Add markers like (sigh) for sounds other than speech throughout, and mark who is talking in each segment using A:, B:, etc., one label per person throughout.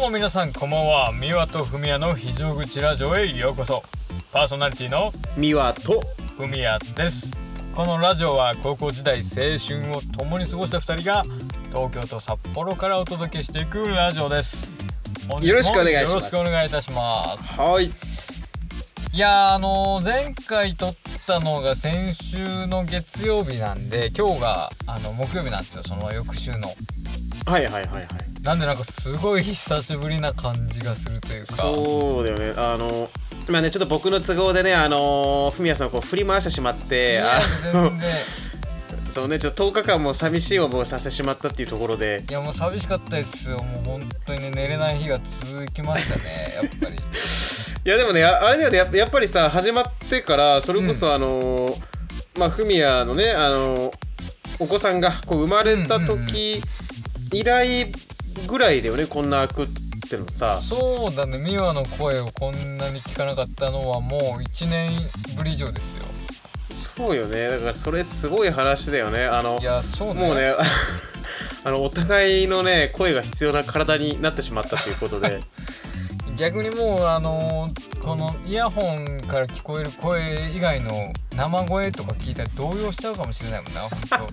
A: も皆さんこんばんは三輪と文也の非常口ラジオへようこそパーソナリティの
B: 美和と
A: 文也ですこのラジオは高校時代青春を共に過ごした2人が東京と札幌からお届けしていくラジオです本日も
B: よろしくお願いします
A: よろしくお願いいたします
B: はい
A: いやーあのー前回撮ったのが先週の月曜日なんで今日があの木曜日なんですよその翌週の
B: はいはいはいはい
A: なんでなんかすごい久しぶりな感じがするというか
B: そうだよねあのまあねちょっと僕の都合でねあのフミヤさんをこう振り回してしまって
A: いや
B: あの
A: 全然
B: (laughs) そうねちょっと10日間も寂しい思いをさせてしまったっていうところで
A: いやもう寂しかったですよもう本当にね寝れない日が続きま
B: (laughs)
A: したねやっぱり
B: いやでもねああれだよねやっやっぱりさ始まってからそれこそあのまあフミヤのねあのお子さんがこう生まれた
A: うんうんうん
B: 時以来ぐらいだよねこんな開くってのさ
A: そうだね美和の声をこんなに聞かなかったのはもう1年ぶり以上です
B: そうよねだからそれすごい話だよねあの
A: よいやそうね
B: もうね (laughs) あのお互いのね声が必要な体になってしまったということで
A: 逆にもうあのーこのイヤホンから聞こえる声以外の生声とか聞いたら動揺しちゃうかもしれないもんな本
B: い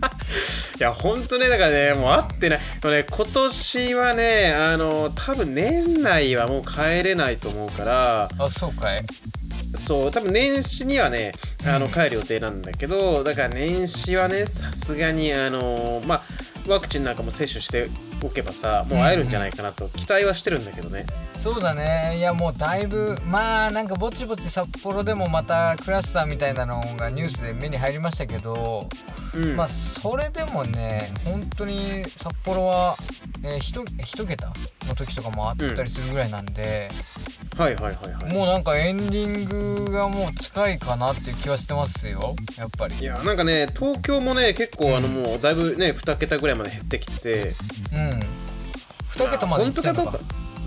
B: やほんとねだからねもう会ってないでもね今年はねあの多分年内はもう帰れないと思うから (laughs)
A: 当あそうかい
B: そう多分年始にはねあの帰る予定なんだけどだから年始はねさすがにあのまあワクチンなんかも接種しておけばさもう会えるんじゃないかなと期待はしてるんだけどね
A: そうだねいやもうだいぶまあなんかぼちぼち札幌でもまたクラスターみたいなのがニュースで目に入りましたけど、
B: うん
A: まあそれでもね本当に札幌は、えー、ひと一桁の時とかもあったりするぐらいなんで、
B: はいはいはいはい
A: もうなんかエンディングがもう近いかなっていう気はしてますよやっぱり
B: いやなんかね東京もね結構あのもうだいぶね2桁ぐらいまで減ってきてて
A: うん2桁までいってんのか
B: 本当かどうか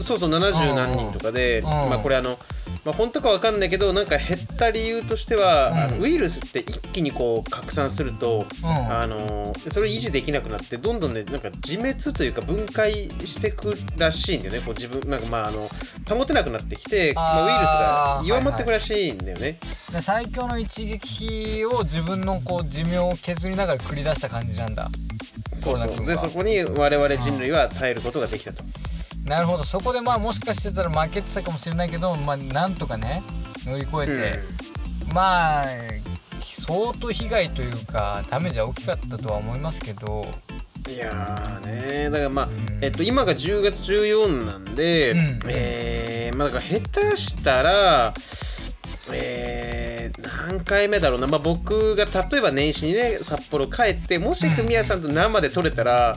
B: そうそう70何人とかで
A: うん
B: まあこれあの、まあ、本当かわかんないけどなんか減った理由としては、
A: うん
B: あのウイルスって一気にこう拡散すると、
A: うん
B: あのそれを維持できなくなってどんどんねなんか自滅というか分解してくらしいんだよねこう自分なんかまああの保てなくなってきてまあ、
A: あー
B: ウイルスが弱まってくらしいんだよね、
A: で最強の一撃を自分のこう寿命を削りながら繰り出した感じなんだ
B: そう
A: コロナ
B: そう
A: 君
B: で
A: は
B: そこに我々人類は耐えることができたと。
A: なるほどそこでまあもしかしてたら負けてたかもしれないけどまあなんとかね乗り越えて、まあ相当被害というかダメージは大きかったとは思いますけど
B: いやーねだからまあ、
A: ん
B: えっと、今が10月14なんで、
A: うん
B: えーまあだから下手したらえー何回目だろうな、まあ、僕が例えば年始にね札幌帰ってもし文也さんと生で撮れたら、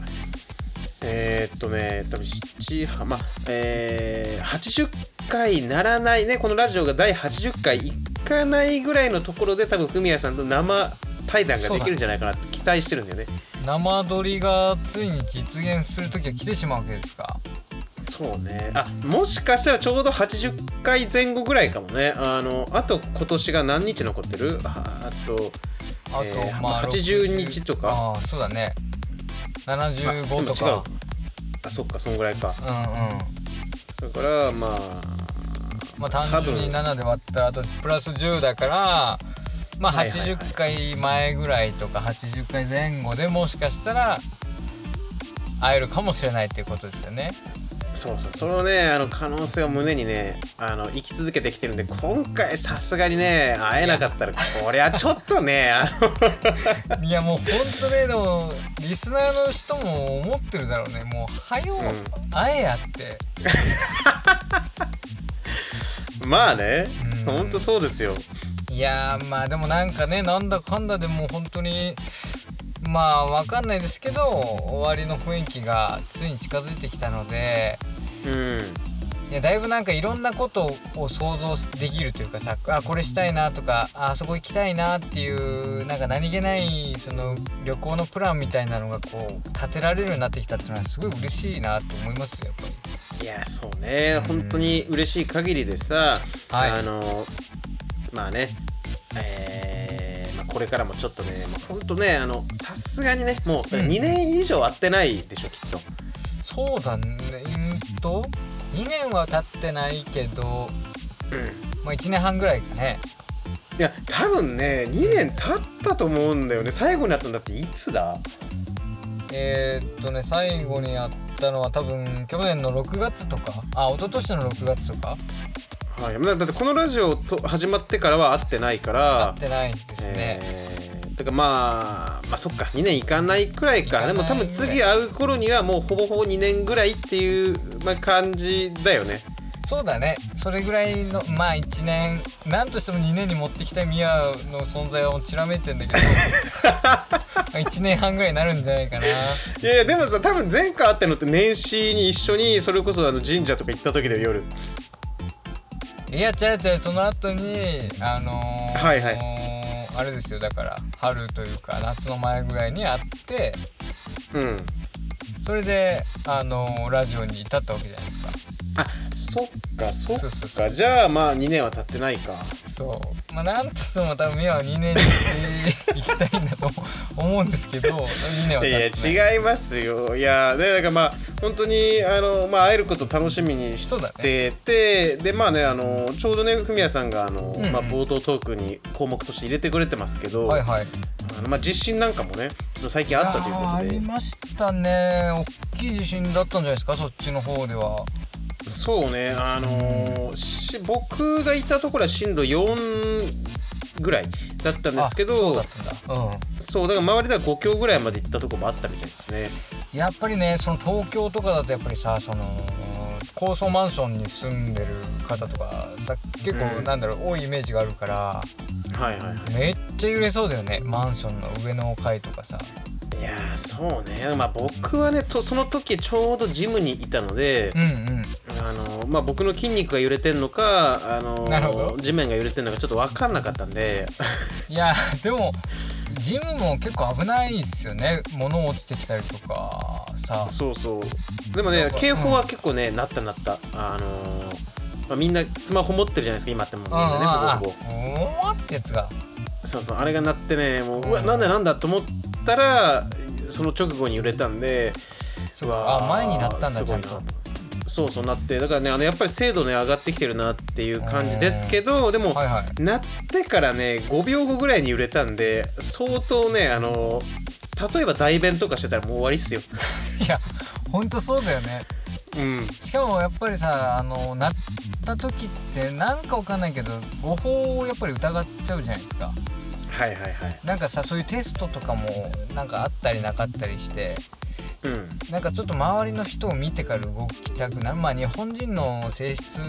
B: えーっとね多分7まあえー80回ならないねこのラジオが第80回いかないぐらいのところで多分文也さんと生対談ができるんじゃないかなって期待してるんだよね。
A: 生撮りがついに実現する時は来てしまうわけですか
B: そうねあもしかしたらちょうど80回前後ぐらいかもねあのあと今年が何日残ってるああと
A: あと、
B: えー
A: まあ
B: 80
A: 60
B: 日とか
A: ああそうだね75と
B: あで
A: か
B: も違うあそっかそんぐらいか
A: うんうん
B: だからまあ
A: まあ単純に
B: 多
A: 7で割ったらあとプラス10だからまあ
B: はいはいはい
A: 80回前ぐらいとか80回前後でもしかしたら会えるかもしれないっていうことですよね。
B: そうそうそのねあの可能性を胸にねあの生き続けてきてるんで今回さすがにね会えなかったらこりゃちょっ
A: (laughs)
B: とねあの
A: いやもうほんとねでもリスナーの人も思ってるだろうねもう「はよ
B: う
A: 会えや」って
B: まあね
A: うん
B: ほんとそうですよ
A: いやーまあでもなんかねなんだかんだでもう本当にまあわかんないですけど終わりの雰囲気がついに近づいてきたので
B: うん
A: いやだいぶなんかいろんなことを想像できるというかさあこれしたいなとかああそこ行きたいなっていうなんか何気ないその旅行のプランみたいなのがこう立てられるようになってきたっていうのはすごい嬉しいなと思いますよやっぱり。
B: いやそうね、
A: うん
B: 本当に嬉しい限りでさ、
A: はい
B: あのまあね、えーまあ、これからもちょっとね、まあ、本当ねあのさすがにねもう
A: うん
B: 2年以上会ってないでしょきっと
A: そうだねうんと2年は経ってないけど、まあ、1年半ぐらいかね
B: いや多分ね2年経ったと思うんだよね最後になったんだっていつだ
A: えー、っとね最後にやったのは多分去年の6月とかあ一昨年の6月とか
B: はい、まあだってこのラジオと始まってからは会ってないから
A: 会ってないんですね、
B: えー、だからまあまあそっか2年いかないくらいか
A: いかな
B: で
A: い
B: も多分次会う頃にはもうほぼほぼ2年ぐらいっていう、まあ、感じだよね
A: そうだねそれぐらいのまあ1年何としても2年に持ってきたミアの存在をちらめいてんだけ (laughs) ど1年半ぐらいになるんじゃないかない
B: やいやでもさ多分前回会ったのって年始に一緒にそれこそあの神社とか行った時だよ夜
A: いや違う違うその後にあのー
B: はいはい
A: あれですよだから春というか夏の前ぐらいに会って
B: うん
A: それであのーラジオに至ったわけじゃないですか
B: あそっかそっか
A: そうそうそう
B: じゃあまあ2年は経ってないか
A: そうまあなんとしても多分ミアは2年にしていきたいんだと思うんですけど2年はい
B: や
A: 経ってない
B: いや違いますよいやでだからまあ本当にあのまあ会えること楽しみに
A: そうだ
B: してて、でまあねあのちょうどね文也さんがあの、
A: んうん
B: まあ、冒頭トークに項目として入れてくれてますけど、
A: はいはい
B: あのまあ実信なんかもねちょっと最近あったという
A: あーあ
B: こと
A: り
B: で
A: ましたね大きい地震だったんじゃないですかそっちの方では
B: そうねあのし僕がいたところは震度4ぐらいだったんですけ
A: あそうだ
B: ど
A: ったんだうん
B: そうだから周りでは5強ぐらいまで行ったとこもあったみたいですね
A: やっぱりねその東京とかだとやっぱりさその高層マンションに住んでる方とかさ結
B: う
A: 構
B: ん
A: なんだろう、多いイメージがあるから
B: はいはいはい
A: めっちゃ揺れそうだよねマンションの上の階とかさ
B: いやーそうね、まあ、僕はねとその時ちょうどジムにいたので
A: う、んうん
B: あのーまあ、僕の筋肉が揺れてんのか、あのー
A: なるほど
B: 地面が揺れてんのかちょっと分かんなかったんで (laughs)
A: いやでもジムも結構危ないですよね物落ちてきたりとかさ
B: そうそうでもね
A: なんか
B: 警報は結構ね、なったなった、あのーまあ、みんなスマホ持ってるじゃないですか今ってもうみん
A: うんうん
B: なね
A: あ
B: ほぼほ
A: うわってやつが
B: ぼそうそうあれが鳴ってねもう,、
A: う
B: うんわなんだなんだと思ったらその直後に揺れたんで
A: そうかあ前になったんだ
B: す
A: ち
B: ご
A: ゃ
B: い
A: ん
B: な
A: と
B: そうそうなってだからねあのやっぱり精度ね上がってきてるなっていう感じですけどでも、
A: はいはい
B: なってからね5秒後ぐらいに揺れたんで相当ねあの例えば代弁とかしてたらもう終わりっすよ。
A: いやほんとそうだよね
B: うん、
A: しかもやっぱりさあの鳴った時ってなんかわかんないけど誤報をやっぱり疑っちゃうじゃないですか
B: はいはいはい。
A: なんかさそういうテストとかもなんかあったりなかったりして
B: うん
A: なんかちょっと周りの人を見てから動きたくなるまあ日本人の性質っ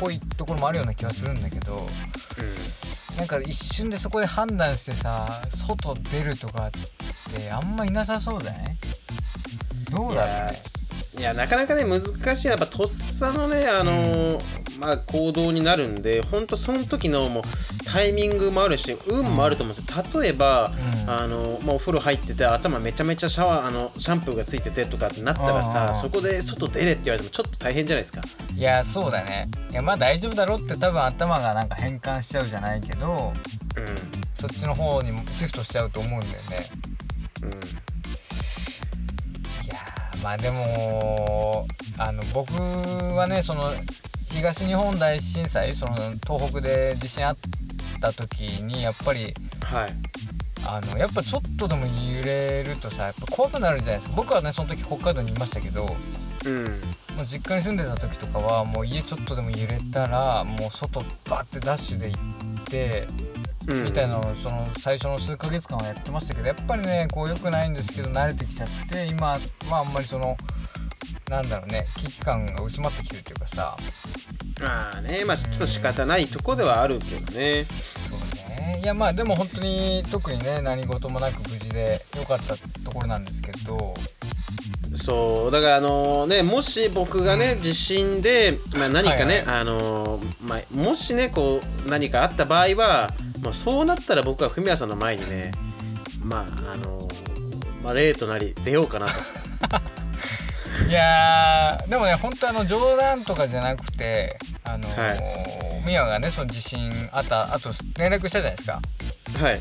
A: ぽいところもあるような気はするんだけどなんか一瞬でそこで判断してさ外出るとかってあんまいなさそうじゃないど
B: うん、
A: う
B: い
A: だろう
B: や
A: ね
B: いやなかなかね難しいやっぱとっさのねあの、まあ、行動になるんでほんとその時のもうタイミングもあるし運もあると思うんですよ例えば、
A: うん
B: あのまあ、お風呂入ってて頭めちゃめちゃシャワーあのシャンプーがついててとかってなったら
A: あー
B: さそこで外出れって言われてもちょっと大変じゃないですか。
A: いやそうだねいやまあ大丈夫だろって多分頭がなんか変換しちゃうじゃないけど
B: うん
A: そっちの方にもシフトしちゃうと思うんだよね
B: う
A: いやーまあでもあの僕はねその東日本大震災その東北で地震あった時にやっぱり
B: ん、はい
A: あのやっぱちょっとでも揺れるとさやっぱ怖くなるじゃないですか僕はねその時北海道にいましたけども
B: うん
A: う実家に住んでた時とかはもう家ちょっとでも揺れたらもう外バッてダッシュで行って
B: うん
A: みたいなのをその最初の数ヶ月間はやってましたけどやっぱりねこう良くないんですけど慣れてきちゃって今はあんまりそのなんだろうね危機感が薄まってきてるというかさ
B: まあねまあちょっと仕方ないとこではあるけどね
A: そうねいやまあでも本当に特にね何事もなく無事で良かったところなんですけど
B: そうだからあのねもし僕がね、地震で、まあ、何かね、
A: はい
B: あのまあ、もしねこう何かあった場合はもうそうなったら僕は文也さんの前にねまああのまあ例となり出ようかなと
A: いやーでもね本当あの冗談とかじゃなくてあのー
B: は
A: ミヤがねその地震あったあと連絡したじゃないですか
B: はい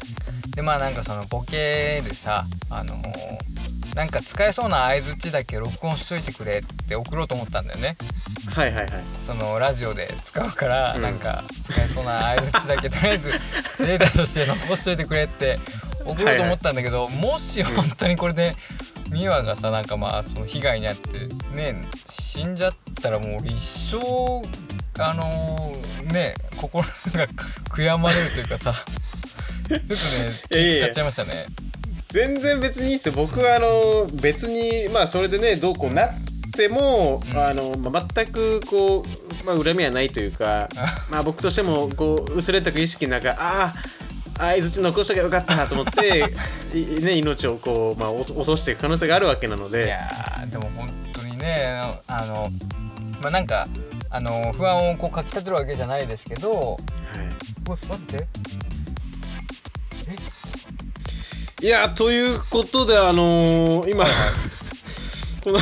A: でまあなんかそのボケでさあのーなんか使えそうな相づちだけ録音しといてくれって送ろうと思ったんだよね
B: はいはいはい
A: そのラジオで使うから、
B: うん
A: なんか使えそうな相づちだけとりあえ
B: (laughs)
A: ずデータとして残しといてくれって送ろうと思ったんだけど、もし本当にこれで美和がさなんかまあその被害に遭ってね死んじゃったらもう一生あのーね心が悔やまれるというかさちょっとね気
B: いやいや
A: 使っちゃいましたね。
B: 全然別にいいっすよ僕はあの別にまあそれでねどうこうなっても、
A: うん
B: あのまあ全くこう、まあ、恨みはないとい
A: (laughs)
B: うか
A: あ
B: まあ僕としてもこう薄れたく意識の中ああ相づち残しとけばよかったなと思って
A: (laughs)
B: いね、命をこう、まあ、落落としていく可能性があるわけなの
A: い
B: で
A: やーでも本当にねあのまあなんかあの不安をこうかきたてるわけじゃないですけど
B: は
A: うわ待って
B: いいやということであのー今 (laughs) この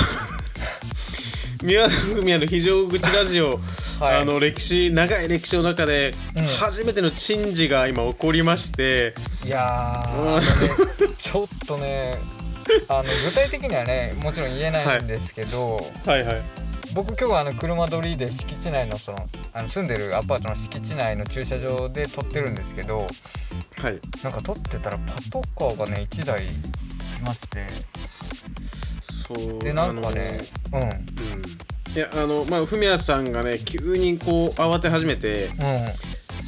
B: 宮崎組合の非常口ラジオ
A: はい
B: あの歴史長い歴史の中で
A: うん
B: 初めての珍事が今起こりまして、
A: いやー、あのね、ちょっとねあの具体的にはねもちろん言えないんですけど、
B: はいはい
A: 僕今日はあの車取りで敷地内のそのあの住んでるアパートの敷地内の駐車場で撮ってるんですけど
B: はい
A: なんか撮ってたらパトカーがね1台いまして
B: そう
A: でなんかねうん
B: あのうんいやあのまあフミヤさんがね急にこう慌て始めて
A: うん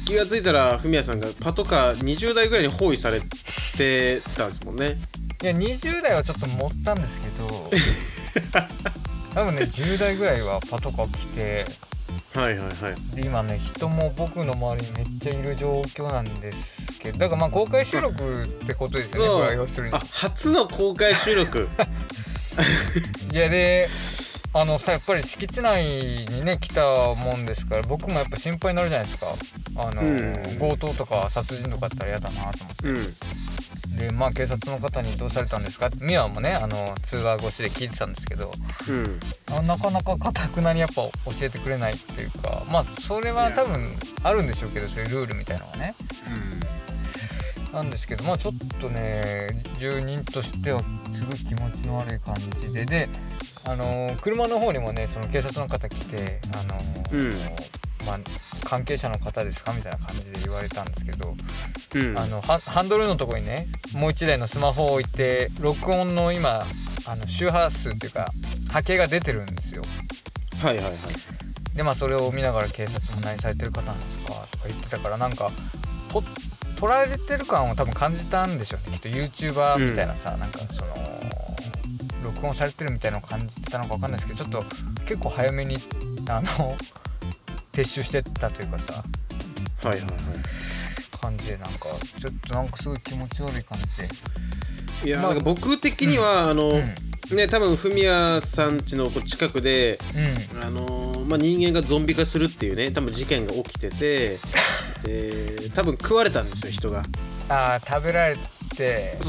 B: 気が付いたらフミヤさんがパトカー20台ぐらいに包囲されてたんですもんね
A: いや20代はちょっと持ったんです (laughs) けど多分ね10代ぐらいはパトカー来て
B: はいはいはい
A: で今ね人も僕の周りにめっちゃいる状況なんですけどだからまあ公開収録ってことですよね
B: そう
A: これは要するに
B: あ初の公開収
A: (laughs)
B: 録
A: いやであのさやっぱり敷地内にね来たもんですから僕もやっぱ心配になるじゃないですかあの、
B: うん
A: 強盗とか殺人とかあったら嫌だなと思
B: う
A: っ
B: ん
A: てでまあ警察の方にどうされたんですかってミワもねあの通話越しで聞いてたんですけど
B: うん
A: あなかなかかたくなにやっぱ教えてくれないっていうかまあそれは多分あるんでしょうけどそういうルールみたいなのはねなんですけどまあちょっとね住人としてはすごい気持ちの悪い感じでであのー車の方にもねその警察の方来てあのー
B: うん
A: まあ関係者の方ですかみたいな感じで言われたんですけど、
B: うん
A: あのハハンドルのとこにねもう1台のスマホを置いて録音の今あの周波数っていうか波形が出てるんですよ。
B: はいはいはい
A: でまあそれを見ながら警察も何されてる方なんですかとか言ってたからなんかと捉えられてる感を多分感じたんでしょうねきっと YouTuber みたいなさ、なんかその録音されてるみたいなのを感じてたのか分かんないですけどちょっと結構早めにあの (laughs) 撤収してったというかさ
B: はいはいは
A: 感じでなんかちょっとなんかすごい気持ち悪い感じで。
B: いいや、
A: まあ
B: なんか僕的には、あの、
A: うん
B: ね多分フミヤさんちのこう近くで、
A: う
B: あのーまあ、人間がゾンビ化するっていうね多分事件が起きててで多分食われたんですよ人が
A: ん、ああ食べられて、
B: (laughs)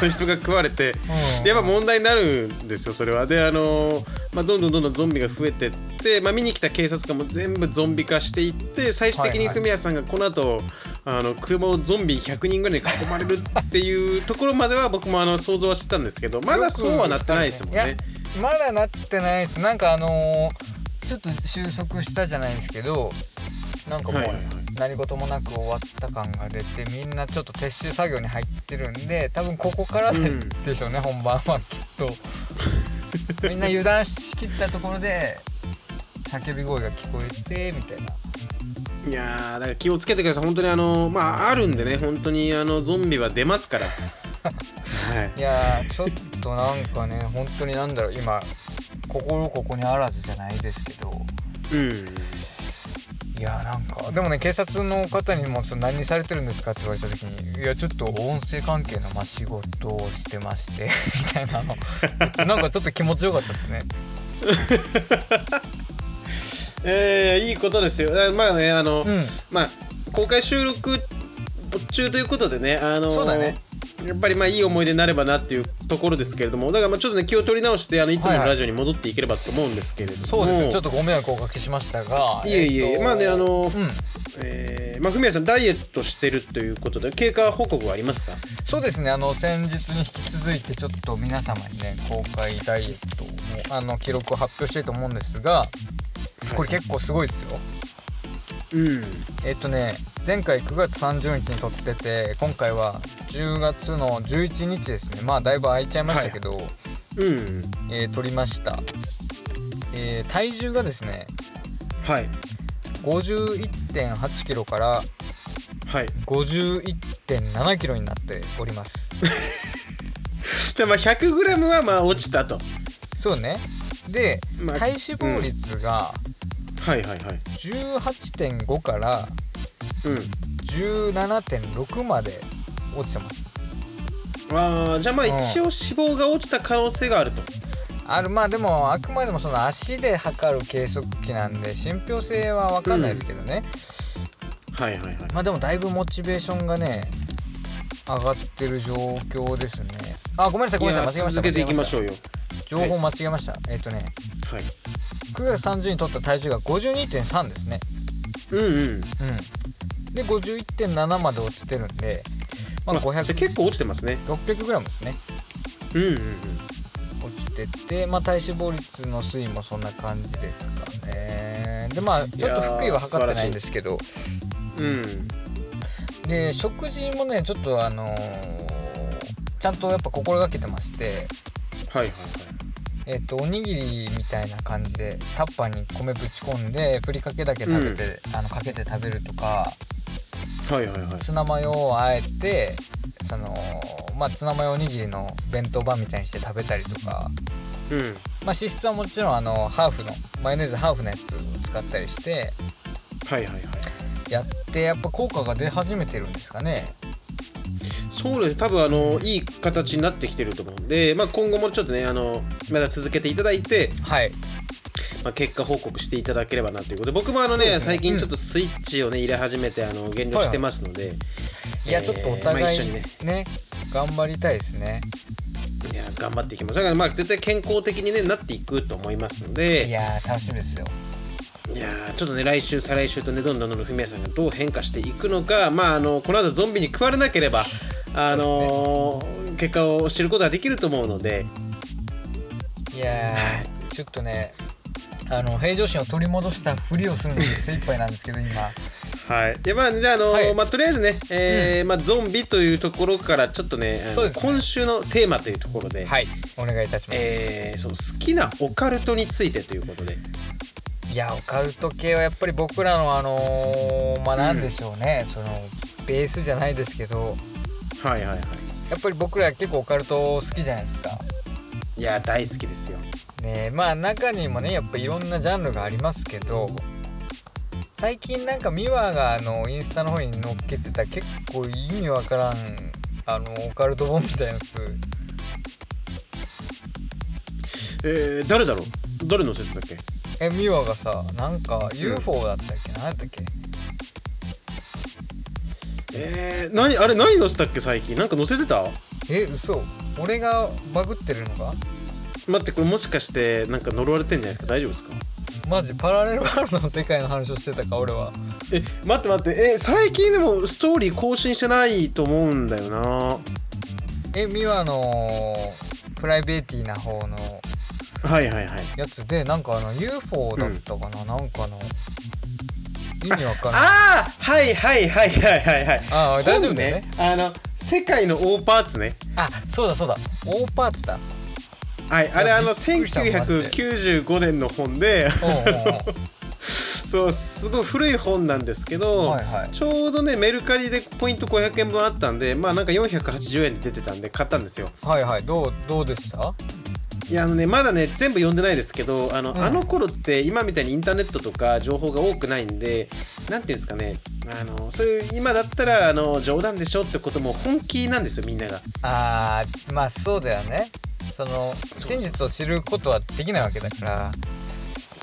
B: あの人が食われて
A: うん
B: でやっぱ問題になるんですよそれはであのーまあ、どんどんどんどんゾンビが増えてって、まあ、見に来た警察官も全部ゾンビ化していって最終的
A: はい
B: に
A: はい
B: フミヤさんがこの後あの車をゾンビ100人ぐらいに囲まれるっていうところまでは僕もあの想像はしてたんですけどまだそうはなってないですもん
A: いや
B: ね。
A: まだなってないですなんかあのーちょっと収束したじゃないですけどなんかもう
B: はいはいはい
A: 何事もなく終わった感が出てみんなちょっと撤収作業に入ってるんで多分ここからで
B: うん
A: でしょうね、本番はきっ
B: (laughs)
A: とみんな油断しきったところで叫び声が聞こえてみたいない
B: やーだから気をつけてください、本当にあのまああるんでね、本当にあのゾンビは出ますから。はい
A: いやーちょっとなんかね本当になんだろう今心ここにあらずじゃないですけど
B: うん、
A: いやなんかでもね警察の方にもその何されてるんですかって言われた時にいやちょっと音声関係のまあ仕事をしてまして (laughs) みたいな
B: (laughs)
A: のなんかちょっと気持ちよかったですね
B: えーいいことですよ、あまあねあの、
A: う
B: まあ、公開収録中ということでね、あの
A: そうだね
B: やっぱりまあいい思い出になればなっていうところですけれども、だからまあちょっとね、気を取り直して、あのいつも
A: はい
B: の
A: はい
B: ラジオに戻っていければと思うんですけれども、
A: んそうですよちょっとご迷惑をおかけしましたが
B: いえいえ
A: っと
B: まあねあの
A: うん
B: えーまあ、フミヤさんダイエットしてるということで経過報告はありますか
A: そうですねあの先日に引き続いてちょっと皆様にね公開ダイエットのあの記録を発表したいと思うんですがこれ結構すごいですよ
B: うん
A: えっとね前回9月30日に撮ってて今回は10月の11日ですねまあだいぶ空いちゃいましたけど、
B: うん
A: えー撮りました、えー体重がですね
B: はい
A: 51.8キロから
B: はい (laughs)
A: 51.7キロになっております
B: じゃあまあ 100g はまあ落ちたと
A: そうねで、
B: まあ
A: 体脂肪率が
B: はいはいはい
A: 18.5から
B: うん
A: 17.6まで落ちてます
B: あーじゃあまあ
A: うん
B: 一応脂肪が落ちた可能性があると
A: あるまあでもあくまでもその足で測る計測器なんで信憑性は分かんないですけどね、
B: はいはいはい
A: まあでもだいぶモチベーションがね上がってる状況ですねあごめんなさいごめんなさい間違
B: い
A: え
B: や
A: ました
B: 続けていきましょ
A: う
B: うよ
A: 情報間違えましたえっ、とね
B: はい
A: 9月30に取った体重が52.3ですね
B: うんうん
A: うんで51.7まで落ちてるんでまあ
B: まあじゃあ
A: 500
B: 結構落ちてますね
A: 600g ですね
B: うんうんうん
A: 落ちてって、まあ、体脂肪率の推移もそんな感じですかねでまあちょっと福井は測ってないんですけど
B: うん
A: で食事もねちょっとあのーちゃんとやっぱ心がけてまして
B: はいはいはい
A: えっ、とおにぎりみたいな感じでタッパーに米ぶち込んでふりかけだけ食べて、あのかけて食べるとか
B: はいはいはい
A: ツナマヨをあえてそのまあツナマヨおにぎりの弁当版みたいにして食べたりとか
B: うん
A: まあ、脂質はもちろんあのハーフのマヨネーズハーフのやつを使ったりして
B: はいはいはい
A: やってやっぱ効果が出始めてるんですかね
B: そうです多分あのいい形になってきてると思うんで、まあ、今後もちょっとねあのまだ続けていただいて、
A: はい
B: まあ、結果報告していただければなということで僕もあの
A: そう
B: ね
A: ですね
B: 最近ちょっとスイッチをね入れ始めてあの減量してますので、
A: いやちょっとお互い
B: えーまあ一緒に
A: ね
B: ね,、
A: 頑張りたいですね
B: いや頑張っていきますだからまあ絶対健康的に、ね、なっていくと思いますので
A: いやー楽しみですよ
B: いやーちょっとね来週再来週とねどんどんどんどんフミヤさんがどう変化していくのかまああのこの後ゾンビに食われなければあのー結果を知ることができると思うので
A: いやーちょっとねあの平常心を取り戻したふりをするので精一杯なんですけど今
B: はいでまあじゃああのー、
A: はい
B: まあとりあえずね、えーまあゾンビというところからちょっとねあの
A: そうですね
B: 今週のテーマというところで、
A: はいお願いいたします、
B: えー、その好きなオカルトについてということで
A: いやオカルト系はやっぱり僕らのあのーまあなんでしょうね、そのベースじゃないですけど
B: はいはいは
A: や
B: い
A: っぱり僕ら結構オカルト好きじゃないですか
B: いやー大好きですよ
A: ねまあ中にもねやっぱいろんなジャンルがありますけど最近なんかミワがあのインスタの方に載っけてた結構意味わからんあのオカルト本みたいなやつ
B: えー、誰だろう誰の説だっけ
A: えミワがさなんか UFO だったっけ、なん、何だったっけ
B: えー、何あれ何載せたっけ最近なんか載せてた
A: え嘘俺がバグってるのか
B: 待ってこれもしかしてなんか呪われてんじゃないですか大丈夫ですか
A: マジパラレルワールドの世界の話をしてたか俺は
B: え待って待ってえ最近でもストーリー更新してないと思うんだよな
A: えミワのプライベーティーな方の
B: はいはいはい
A: やつでなんかあの UFO だったかな、なんかの意味わからない
B: ああはいはいはいはいはいはい
A: ああ大丈夫だよね
B: 本あの世界の大パーツね
A: あそうだそうだ大パーツ (laughs) だ
B: はいあれあの
A: びっくりしたマジで
B: 1995年の本で (laughs)
A: うんうんうん
B: そうすごい古い本なんですけど、
A: はいはい
B: ちょうどねメルカリでポイント500円分あったんでまあなんか480円で出てたんで買ったんですよ
A: はいはいどうどうでした
B: いやあのねまだね全部読んでないですけどあの,、
A: ん
B: あの頃って今みたいにインターネットとか情報が多くないんでなんていうんですかねあのそういう今だったらあの冗談でしょってことも本気なんですよみんなが
A: あーまあそうだよねその真実を知ることはできないわけだから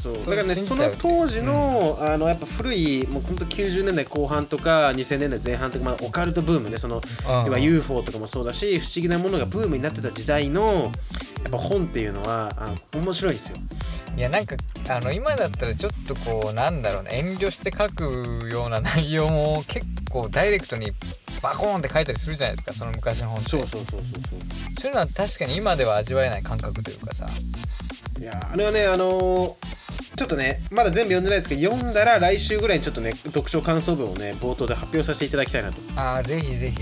B: そうだ
A: そ
B: か
A: れ
B: らね
A: 信
B: そ
A: じちゃう
B: の当時の,、あのやっぱ古いもうほんと90年代後半とか2000年代前半とか、まあ、オカルトブームねその、
A: うん
B: 要は UFO とかもそうだし不思議なものがブームになってた時代のやっぱ本っていうのはあの面白いんですよ
A: いやなんかあの今だったらちょっとこうなんだろうね遠慮して書くような内容も結構ダイレクトにバコーンって書いたりするじゃないですかその昔の本って
B: そうそうそうそうそ
A: そういうのは確かに今では味わえない感覚というかさ
B: ういやーあれはねあのーちょっとねまだ全部読んでないですけど読んだら来週ぐらいにちょっとね読書感想文をね冒頭で発表させていただきたいなと
A: あーぜひぜひ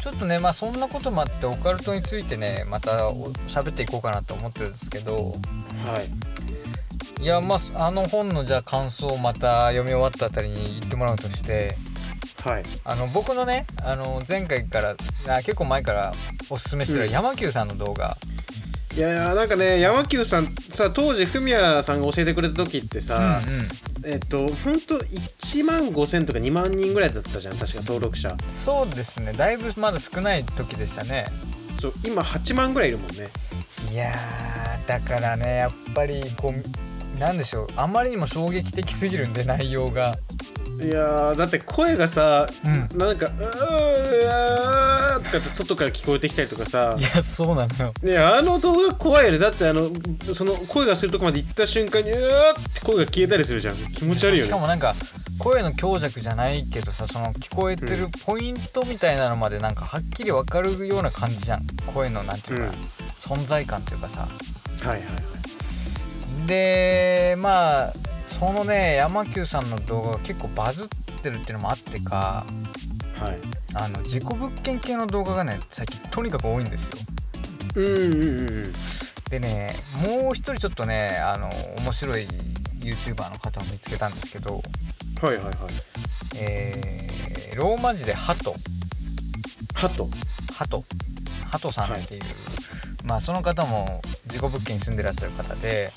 A: ちょっとねまあそんなこともあってオカルトについてねまたお喋っていこうかなと思ってるんですけど
B: はい
A: いやまああの本のじゃあ感想をまた読み終わったあたりに言ってもらうとして
B: はい
A: あの僕のねあの前回からあ結構前からおすすめして
B: う
A: る
B: ん
A: 山久さんの動画、
B: いやいやなんかね山久さんさ当時フミヤさんが教えてくれた時ってさ、
A: うんうん
B: えっとほんと1万5000とか2万人ぐらいだったじゃん確か登録者
A: そうですねだいぶまだ少ない時でしたね
B: そう今8万ぐらいいるもんね
A: いやーだからねやっぱりこうなんでしょうあまりにも衝撃的すぎるんで内容が
B: いやーだって声がさ、
A: う
B: なんか「うー」とかって外から聞こえてきたりとかさ
A: いやそうなのよ
B: ねあの動画怖いよねだってあのその声がするとこまで行った瞬間に「うー」って声が消えたりするじゃん気持ち悪いよ
A: しか
B: ね
A: もなんか声の強弱じゃないけどさその聞こえてるポイントみたいなのまでなんかはっきり分かるような感じじゃん声のなんていうか、
B: うん
A: 存在感というかさ
B: はいはいはい
A: でまあそのね山久さんの動画が結構バズってるっていうのもあってか
B: はい
A: あの自己物件系の動画がね最近とにかく多いんですよ
B: うんうんうんうん
A: でねもう一人ちょっとねあの面白い YouTuber の方を見つけたんですけど、
B: はいはいはい
A: えーローマ字でハト
B: ハト
A: ハトハトさんっていう、まあその方も自己物件に住んでらっしゃる方で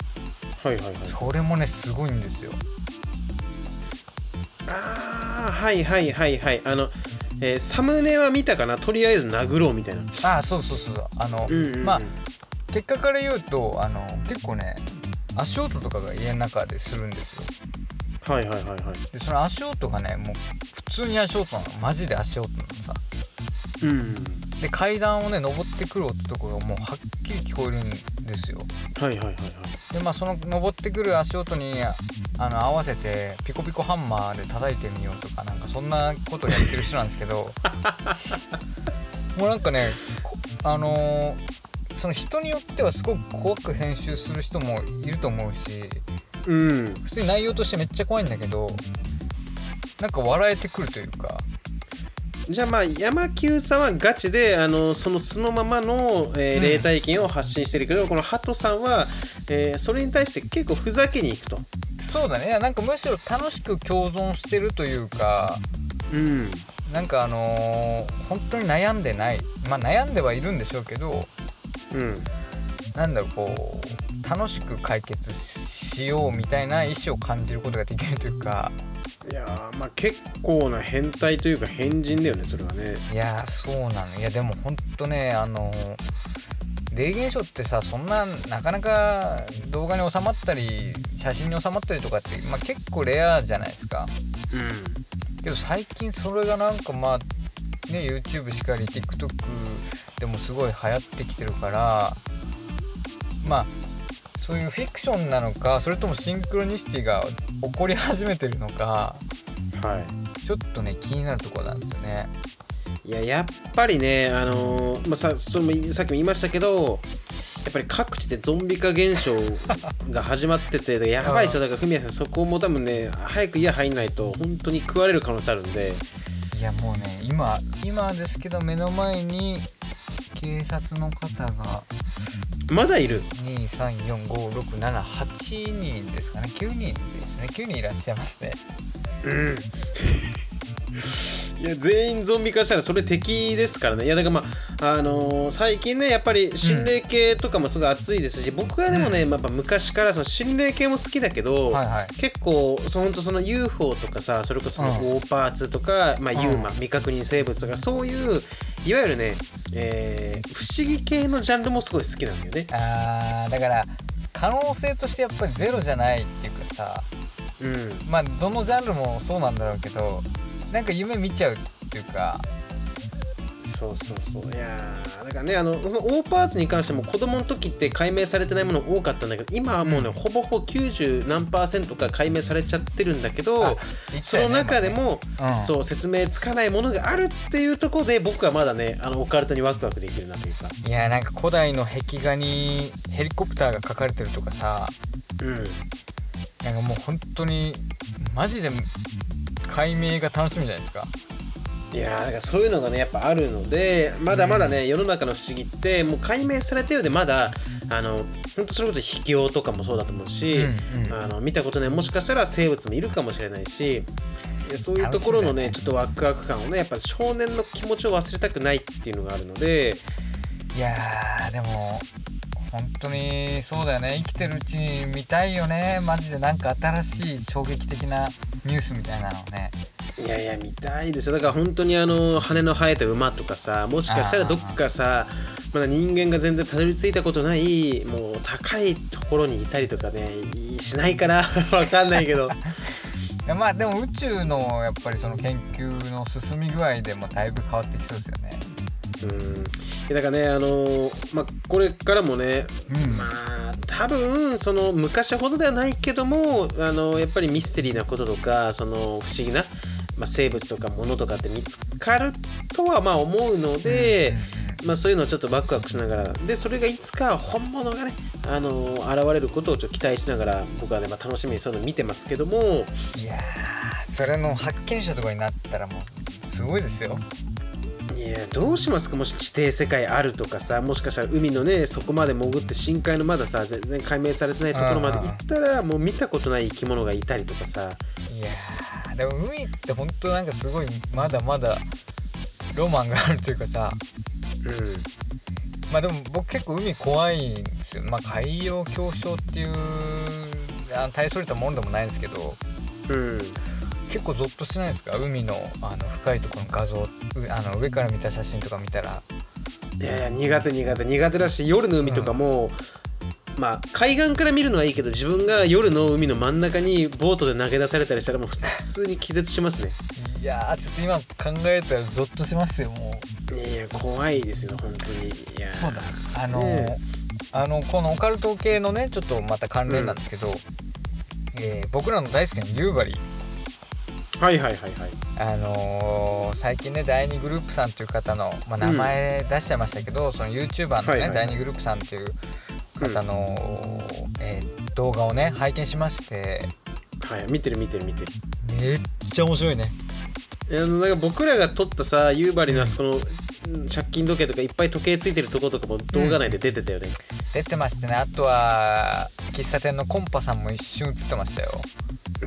B: はいはいはい
A: それもねすごいんですよ
B: ああはいはいはいはいあの、えーサムネは見たかなとりあえず殴ろうみたいな
A: ああそうそうそうあの、
B: うんうんうん
A: まあ結果から言うとあの結構ね足音とかが家の中でするんですよ
B: はいはいはいは
A: でその足音がねもう普通に足音なのマジで足音なのさ
B: いうん
A: で階段をね登ってくる音とかがもうはっきり聞こえるんですよ
B: はいはいはいはい
A: でまあその登ってくる足音にあの合わせてピコピコハンマーで叩いてみようとかなんかそんなことやってる人なんですけど (laughs) もうなんかねこあのーその人によってはすごく怖く編集する人もいると思うし
B: うん
A: 普通に内容としてめっちゃ怖いんだけどなんか笑えてくるというか
B: じゃあまあ山久さんはガチであのその素のままの、えー
A: うん
B: 霊体験を発信してるけど、このハトさんは、えーそれに対して結構ふざけにいくと
A: そうだねなんかむしろ楽しく共存してるというか
B: うん
A: なんかあのー本当に悩んでないまあ悩んではいるんでしょうけど
B: うん
A: なんだろうこう楽しく解決しようみたいな意思を感じることができるというか
B: いやーまあ結構な変態というか変人だよねそれはね
A: いやーそうなのいやでも本当ねあのー霊現象ってさそんななかなか動画に収まったり写真に収まったりとかって、まあ、結構レアじゃないですか
B: うん
A: けど最近それがなんかまあね YouTube しかり TikTok でもすごい流行ってきてるからまあそういうフィクションなのかそれともシンクロニシティが起こり始めてるのか
B: はい
A: ちょっとね気になるところなんですよね。
B: いややっぱりね、あのーまあ、さそれもさっきも言いましたけどやっぱり各地でゾンビ化現象が始まって (laughs) てやばいですよだからフミヤさんそこも多分ね早く家入んないと本当に食われる可能性あるんで
A: いやもうね今今ですけど目の前に警察の方が
B: まだいる
A: 2345678人ですかね9人ですね9人いらっしゃいますね。
B: いや全員ゾンビ化したらそれ敵ですからねいやだからまあ、あのー最近ねやっぱり心霊系とかもすごい熱いですし、僕はでもね、まあやっぱ昔からその心霊系も好きだけど、
A: はいはい
B: 結構そのほんとその UFO とかさそれこそその
A: うん
B: オーパーツとか、まあ、
A: うん
B: ユーマン未確認生物とかそういういわゆるね、えー不思議系のジャンルもすごい好きなんだよね。
A: あーだから可能性としてやっぱりゼロじゃないっていうかさ
B: うん
A: まあどのジャンルもそうなんだろうけどなんか夢見ちゃうっていうか
B: そうそうそういやーだからねあのそのオーパーツに関しても子供の時って解明されてないもの多かったんだけど今はもうね、ほぼほぼ90何パーセントか解明されちゃってるんだけ
A: あ
B: ど
A: 言って
B: そ
A: たよね
B: の中でも、
A: 前ねうん
B: そう説明つかないものがあるっていうところで僕はまだねあのオカルトにワクワクできるなというか、
A: いやなんか古代の壁画にヘリコプターが描かれてるとかさ
B: うん、
A: なんかもう本当にマジで解明が楽しみじゃないですか
B: いやーだからそういうのがねやっぱあるのでまだまだね、世の中の不思議ってもう解明されたようでまだあの本当それこそ秘境とかもそうだと思うし、
A: うんうん
B: あの見たことないもしかしたら生物もいるかもしれないしでそういうところのねちょっとワクワク感をねやっぱ少年の気持ちを忘れたくないっていうのがあるので
A: いやーでも本当にそうだよね生きてるうちに見たいよねマジでなんか新しい衝撃的なニュースみたいなのをね
B: いやいや見たいですよだから本当にあの羽の生えた馬とかさもしかしたらどっかさまだ人間が全然たどり着いたことないもう高いところにいたりとかねいしないから (laughs) わかんないけど
A: いやまあでも宇宙のやっぱりその研究の進み具合でもだいぶ変わってきそうですよね
B: うんいやだからねあのまあこれからもね
A: うん
B: まあ多分その昔ほどではないけどもあのやっぱりミステリーなこととかその不思議な、まあ、生物とかものとかって見つかるとはまあ思うので、まあ、そういうのをちょっとワクワクしながらでそれがいつか本物がねあの現れることをちょっと期待しながら僕はね、まあ、楽しみにそういうの見てますけども
A: いやーそれの発見者とかになったらもうすごいですよ
B: いやどうしますかもし地底世界あるとかさもしかしたら海のねそこまで潜って深海のまださ全然解明されてないところまで行ったらもう見たことない生き物がいたりとかさ。
A: いやーでも海って本当なんかすごいまだまだロマンがあるというかさ
B: うん
A: まあでも僕結構海怖いんですよ、まあ、海洋恐怖症っていうあの大それたもんでもないんですけど
B: うん、
A: 結構ゾッとしないですか海のあの深いところの画像うあの上から見た写真とか見たら
B: いやいや苦手苦手苦手だし夜の海とかも、まあ海岸から見るのはいいけど自分が夜の海の真ん中にボートで投げ出されたりしたらもう普通に気絶しま
A: (laughs)
B: すね
A: いやーちょっと今考えたらゾッとしますよもう
B: いやいや怖いですよ本当にいや
A: そうだあのー
B: ね
A: あのこのオカルト系のねちょっとまた関連なんですけど、えー僕らの大好きな夕張
B: はいはいはいはい
A: あのー最近ね第2グループさんという方の、まあ、名前出しちゃいましたけど、その YouTuber の
B: は
A: ね、
B: いはい
A: 第2グループさんという方の、えー動画をね拝見しまして
B: はい見てる見てる見てる
A: めっちゃ面白いね
B: いやなんか僕らが撮ったさ夕張のあそこの、うん借金時計とかいっぱい時計ついてるとことかも動画内で出てたよね、
A: 出てましたねあとは喫茶店のコンパさんも一瞬映ってましたよ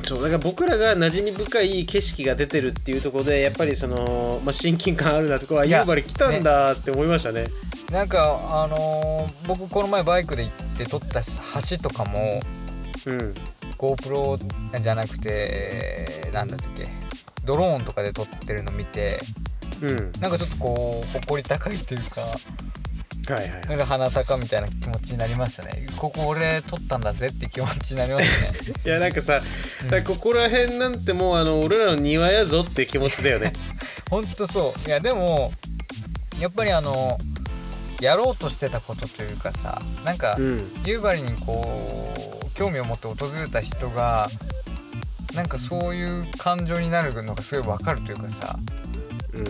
B: そうだから僕らが馴染み深い景色が出てるっていうところでやっぱりその、まあ、親近感あるなとこはい
A: や
B: 夕張来たんだって思いましたね
A: なんかあのー僕この前バイクで行って撮った橋とかも
B: うん
A: GoPro じゃなくてなんだったっけドローンとかで撮ってるの見て
B: うん
A: なんかちょっとこう誇り高いというか
B: はいはい
A: なんか鼻高みたいな気持ちになりましたねここ俺撮ったんだぜって気持ちになりま
B: (laughs)
A: したね
B: いやなんかさ、
A: うん
B: だからここら辺なんてもうあの俺らの庭やぞって気持ちだよね
A: ほんとそういやでもやっぱりあのやろうとしてたことというかさなんか
B: (laughs) うん
A: 夕張にこう興味を持って訪れた人がなんかそういう感情になるのがすごいわかるというかさ
B: うん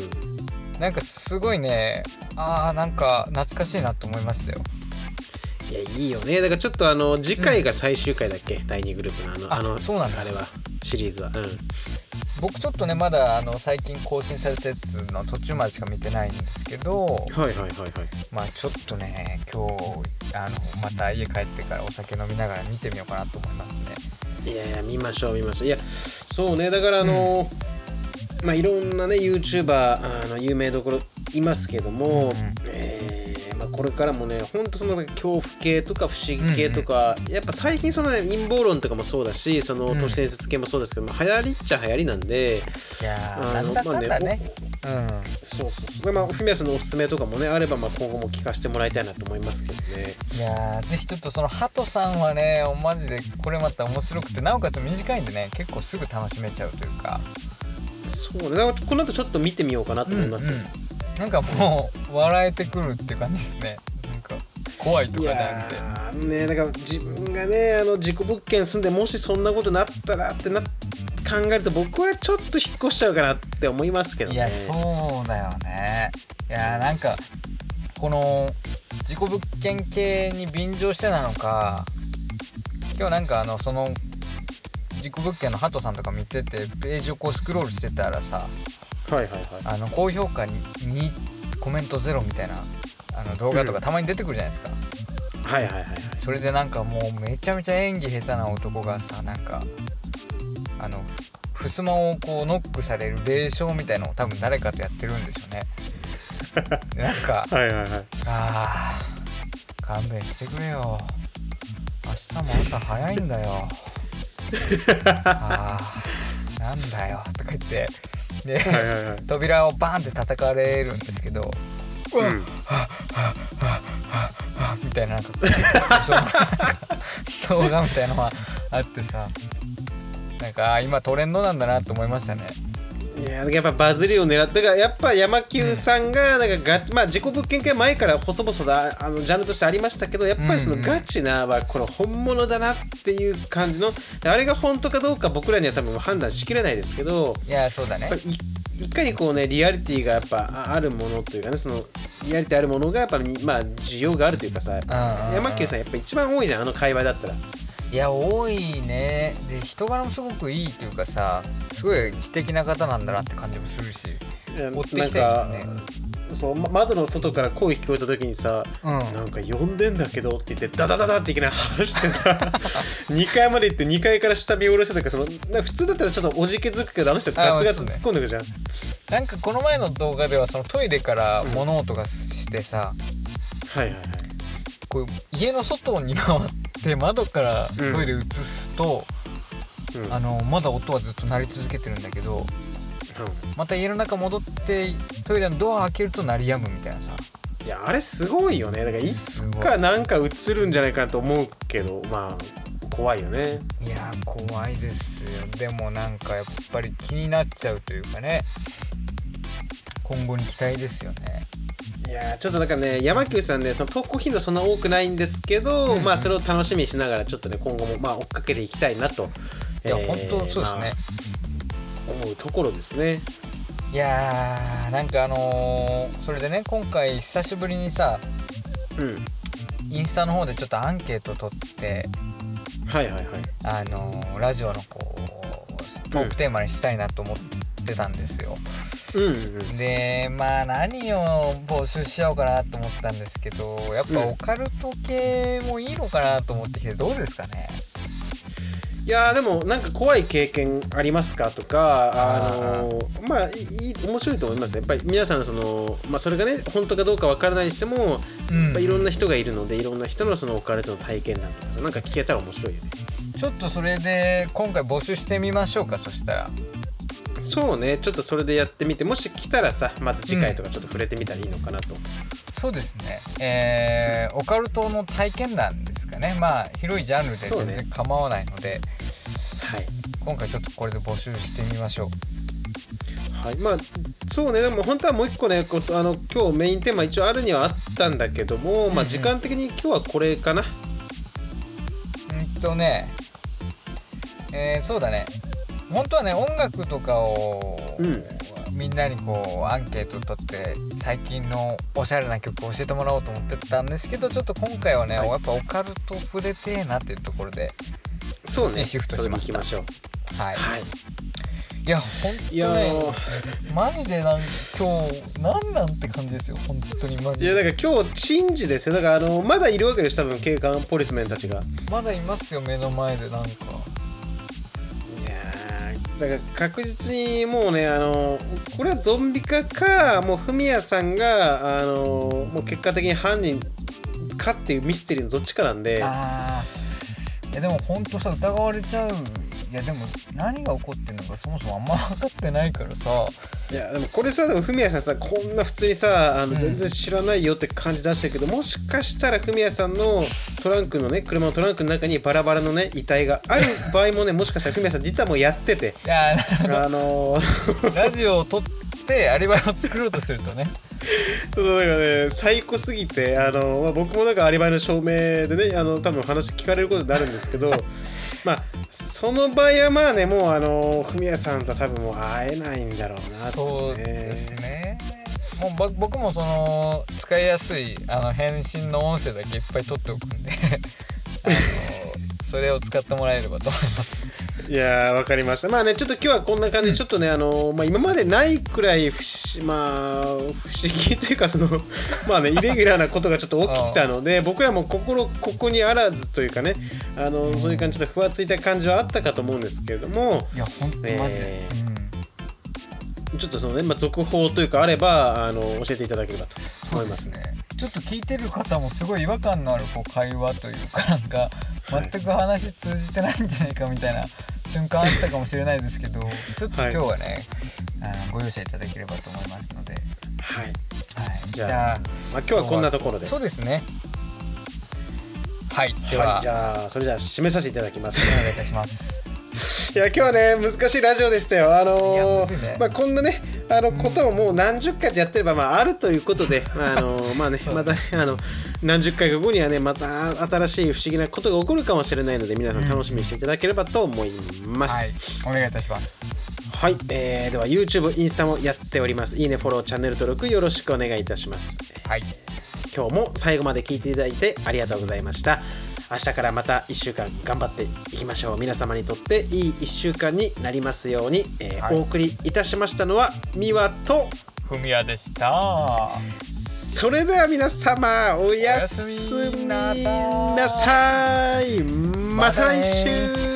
A: なんかすごいねあーなんか懐かしいなと思いましたよ
B: いやいいよねだからちょっとあの次回が最終回だっけ、第2グループのあの
A: あ
B: あの
A: そうなんだ
B: あれはシリーズはうん
A: 僕ちょっとねまだあの最近更新されたやつの途中までしか見てないんですけど
B: はいはいはいはい
A: まあちょっとね今日あのまた家帰ってからお酒飲みながら見てみようかなと思いますね
B: いやいや見ましょう見ましょういやそうねだからあのまあいろんなね YouTuber あの有名どころいますけども、えーまあ、これからもねほんとその恐怖系とか不思議系とか、やっぱ最近その、ね、陰謀論とかもそうだしその
A: うん
B: 都市伝説系もそうですけど、まあ、流行りっちゃ流行りなんで
A: いや
B: あ
A: ーな
B: の
A: んだかんだねうん
B: そうそうそうまあフミヤさんのおすすめとかもねあればまあ今後も聞かせてもらいたいなと思いますけどね
A: いやーぜひちょっとそのハトさんはねマジでこれまた面白くてなおかつ短いんでね結構すぐ楽しめちゃうというか
B: そうねだからこの後ちょっと見てみようかなと思います、
A: うんうんなんかもう笑えてくるって感じですねなんか怖いとか
B: い
A: じゃ
B: や
A: なくて
B: ーねだから自分がねあの事故物件住んでもしそんなことなったらってな考えると僕はちょっと引っ越しちゃうかなって思いますけどね
A: いやそうだよねいやなんかこの事故物件系に便乗してなのか今日なんかあのその事故物件のハトさんとか見ててページをこうスクロールしてたらさ
B: はいはいはい
A: あの高評価ににコメントゼロみたいなあの動画とかたまに出てくるじゃないですか、
B: はいはいはいはい
A: それでなんかもうめちゃめちゃ演技下手な男がさなんかあのふ襖をこうノックされる霊障みたいのを多分誰かとやってるんでしょうねでなんか
B: はいはいはい
A: あー勘弁してくれよ明日も朝早いんだよあーなんだよとか言ってで、
B: はいはいはい
A: 扉をバーンって叩かれるんですけどうわ、
B: うん
A: あみたいななんかそうなんか動画みたいなのがあってさなんかあ今トレンドなんだなと思いましたね
B: いややっぱバズりを狙ってだからやっぱ山久さんがなんかが、まあ、自己物件系前から細々だあのジャンルとしてありましたけどやっぱりその
A: うんうん
B: ガチなはこれ本物だなっていう感じのあれが本当かどうか僕らには多分判断しきれないですけど
A: いやそうだね
B: やっぱりいいかにこうねリアリティがやっぱああるものというかねそのリアリティあるものがやっぱりまあ需要があるというかさやっぱ
A: うんうんうん
B: 山久さんやっぱ一番多いじゃんあの界隈だったら。
A: いや多いねで人柄もすごくいいっていうかさすごい知的な方なんだなって感じもするし追ってきたいですよね
B: なんかそうま窓の外から声聞こえた時にさ、
A: うん
B: なんか呼んでんだけどって言ってダダダダっていきなり走ってさ (laughs) 2階まで行って2階から下見下ろしたとかそのなんか普通だったらちょっとおじけづくけどあの人ガツガツ
A: あそうね
B: 突っ込んでくじゃん、
A: なんかこの前の動画ではそのトイレから物音がしてさ、
B: はいはいはい
A: こう家の外に回って窓からトイレ移すと、
B: うん
A: あのまだ音はずっと鳴り続けてるんだけど
B: う
A: また家の中戻ってトイレのドア開けると鳴り止むみたいなさ
B: んいやあれすごいよねだからいつ
A: すごい
B: かなんか映るんじゃないかなと思うけどまあ怖いよね
A: いやー怖いですよでもなんかやっぱり気になっちゃうというかね今後に期待ですよね
B: いやーちょっとなんかね山久さんねその投稿頻度そんな多くないんですけど、
A: うん
B: まあそれを楽しみにしながらちょっとね今後もまあ追っかけていきたいなと
A: いや、
B: えー
A: 本当そうですね、
B: まあ思うところですね
A: いやーなんかあのーそれでね今回久しぶりにさ
B: うん
A: インスタの方でちょっとアンケート取って
B: はいはいはい
A: あのーラジオのこうトークテーマにしたいなと思ってたんですよ、
B: うんうんうん
A: でまあ何を募集しようかなと思ったんですけどやっぱ
B: うん
A: オカルト系もいいのかなと思ってきてどうですかね
B: いやーでもなんか怖い経験ありますかとかあ
A: あー
B: のーまあいい面白いと思いますねやっぱり皆さんその、まあ、それがね本当かどうかわからないにしても、やっ
A: うん
B: ぱいろんな人がいるのでいろんな人のそのオカルトの体験談とかなんか聞けたら面白いよね
A: ちょっとそれで今回募集してみましょうかそしたら
B: そうねちょっとそれでやってみてもし来たらさまた次回とかちょっと触れてみたらいいのかなと、
A: そうですねえーオカルトの体験談ですかねまあ広いジャンルで
B: そう
A: 全
B: ね
A: 然構わないので、
B: はい
A: 今回ちょっとこれで募集してみましょう
B: はい、まあそうねでも本当はもう一個ねことあの今日メインテーマ一応あるにはあったんだけども、まあ、時間的に今日はこれかな、
A: うんとねえーそうだね本当はね音楽とかを、
B: うん
A: みんなにこうアンケート取って最近のおしゃれな曲を教えてもらおうと思ってたんですけどちょっと今回はね、
B: はい
A: やっぱオカルト触れてえなっていうところで
B: そう
A: こっち
B: ね
A: にシフトしました
B: それでいきましょう
A: はい、
B: はい
A: い、やほんと
B: いやあ
A: ね
B: の
A: マジでなん今日なんなんて感じですよ本当にマ
B: い
A: ジ
B: やだ
A: で
B: から今日珍事ですよだからあのまだいるわけです多分警官ポリスメンたちがい
A: まだいますよ目の前でなんか
B: やーだから確実にもうねあのこれはゾンビ化かもうフミヤさんがあのもう結果的に犯人かっていうミステリーのどっちかなんで
A: あーいやでもほんとさ疑われちゃういやでも何が起こってんのかそもそもあんま分かってないからさ
B: いやでもこれさでもフミヤさんさこんな普通にさあの
A: うん
B: 全然知らないよって感じ出してるけど、もしかしたらフミヤさんのトランクのね車のトランクの中にバラバラのね遺体がある場合もねもしかしたらフミヤさん実はもうやってて
A: いやー
B: あのー
A: ラジオを撮ってアリバイを作ろうとするとね
B: そうだからね最高すぎてあの、まあ、僕もなんかアリバイの証明でねあの多分話聞かれることになるんですけど (laughs) まあその場合はまあねもうあのフミヤさんとは多分もう会えないんだろうなって
A: そうですね。もうぼ僕もその使いやすいあの返信の音声だけいっぱい取っておく (laughs) んであのそれを使ってもらえればと思います。
B: いやーわかりましたまあねちょっと今日はこんな感じでちょっとね、あのまあ、今までないくらい不思,、まあ、不思議というかその (laughs) まあねイレギュラーなことがちょっと起きたので僕らも心ここにあらずというかねあのそういう感じちょっとふわついた感じはあったかと思うんですけれども
A: いや本当マジ
B: ねえ
A: で、うん、
B: ちょっとそのね、まあ、続報というかあればあの教えていただければと
A: そ
B: 思
A: う
B: い
A: で
B: ますす
A: ね。ちょっと聞いてる方もすごい違和感のあるこう会話というかなんか
B: はい
A: 全く話通じてないんじゃないかみたいな瞬間あったかもしれないですけどちょっと今日はね、あのご容赦いただければと思いますので、はい、
B: はい
A: じ
B: じ
A: ゃ
B: ゃ
A: あ
B: あまあ、今日はこんなところで
A: そうですねはいでは、
B: はい、じゃあそれじゃあ締めさせていただきま
A: (laughs)
B: す
A: お願いいたします
B: いや今日はね難しいラジオでしたよあの
A: いや
B: ー
A: むずいね
B: まあこんなねあのことをもう何十回とやってればまああるというこ
A: (laughs)
B: とでまああのーまあねまたねあの何十回か後にはねまた新しい不思議なことが起こるかもしれないので皆さん楽しみにしていただければと思いま
A: はい
B: す。
A: お願いいたします
B: はい、えーでは YouTube インスタもやっております。いいねフォローチャンネル登録よろしくお願いいたします。
A: はい
B: 今日も最後まで聞いていただいてありがとうございました明日からまた1週間頑張っていきましょう皆様にとっていい1週間になりますように、えー
A: はい
B: お送りいたしましたのはミワと
A: ふみやでした
B: それでは皆様おやすみなさいまた来週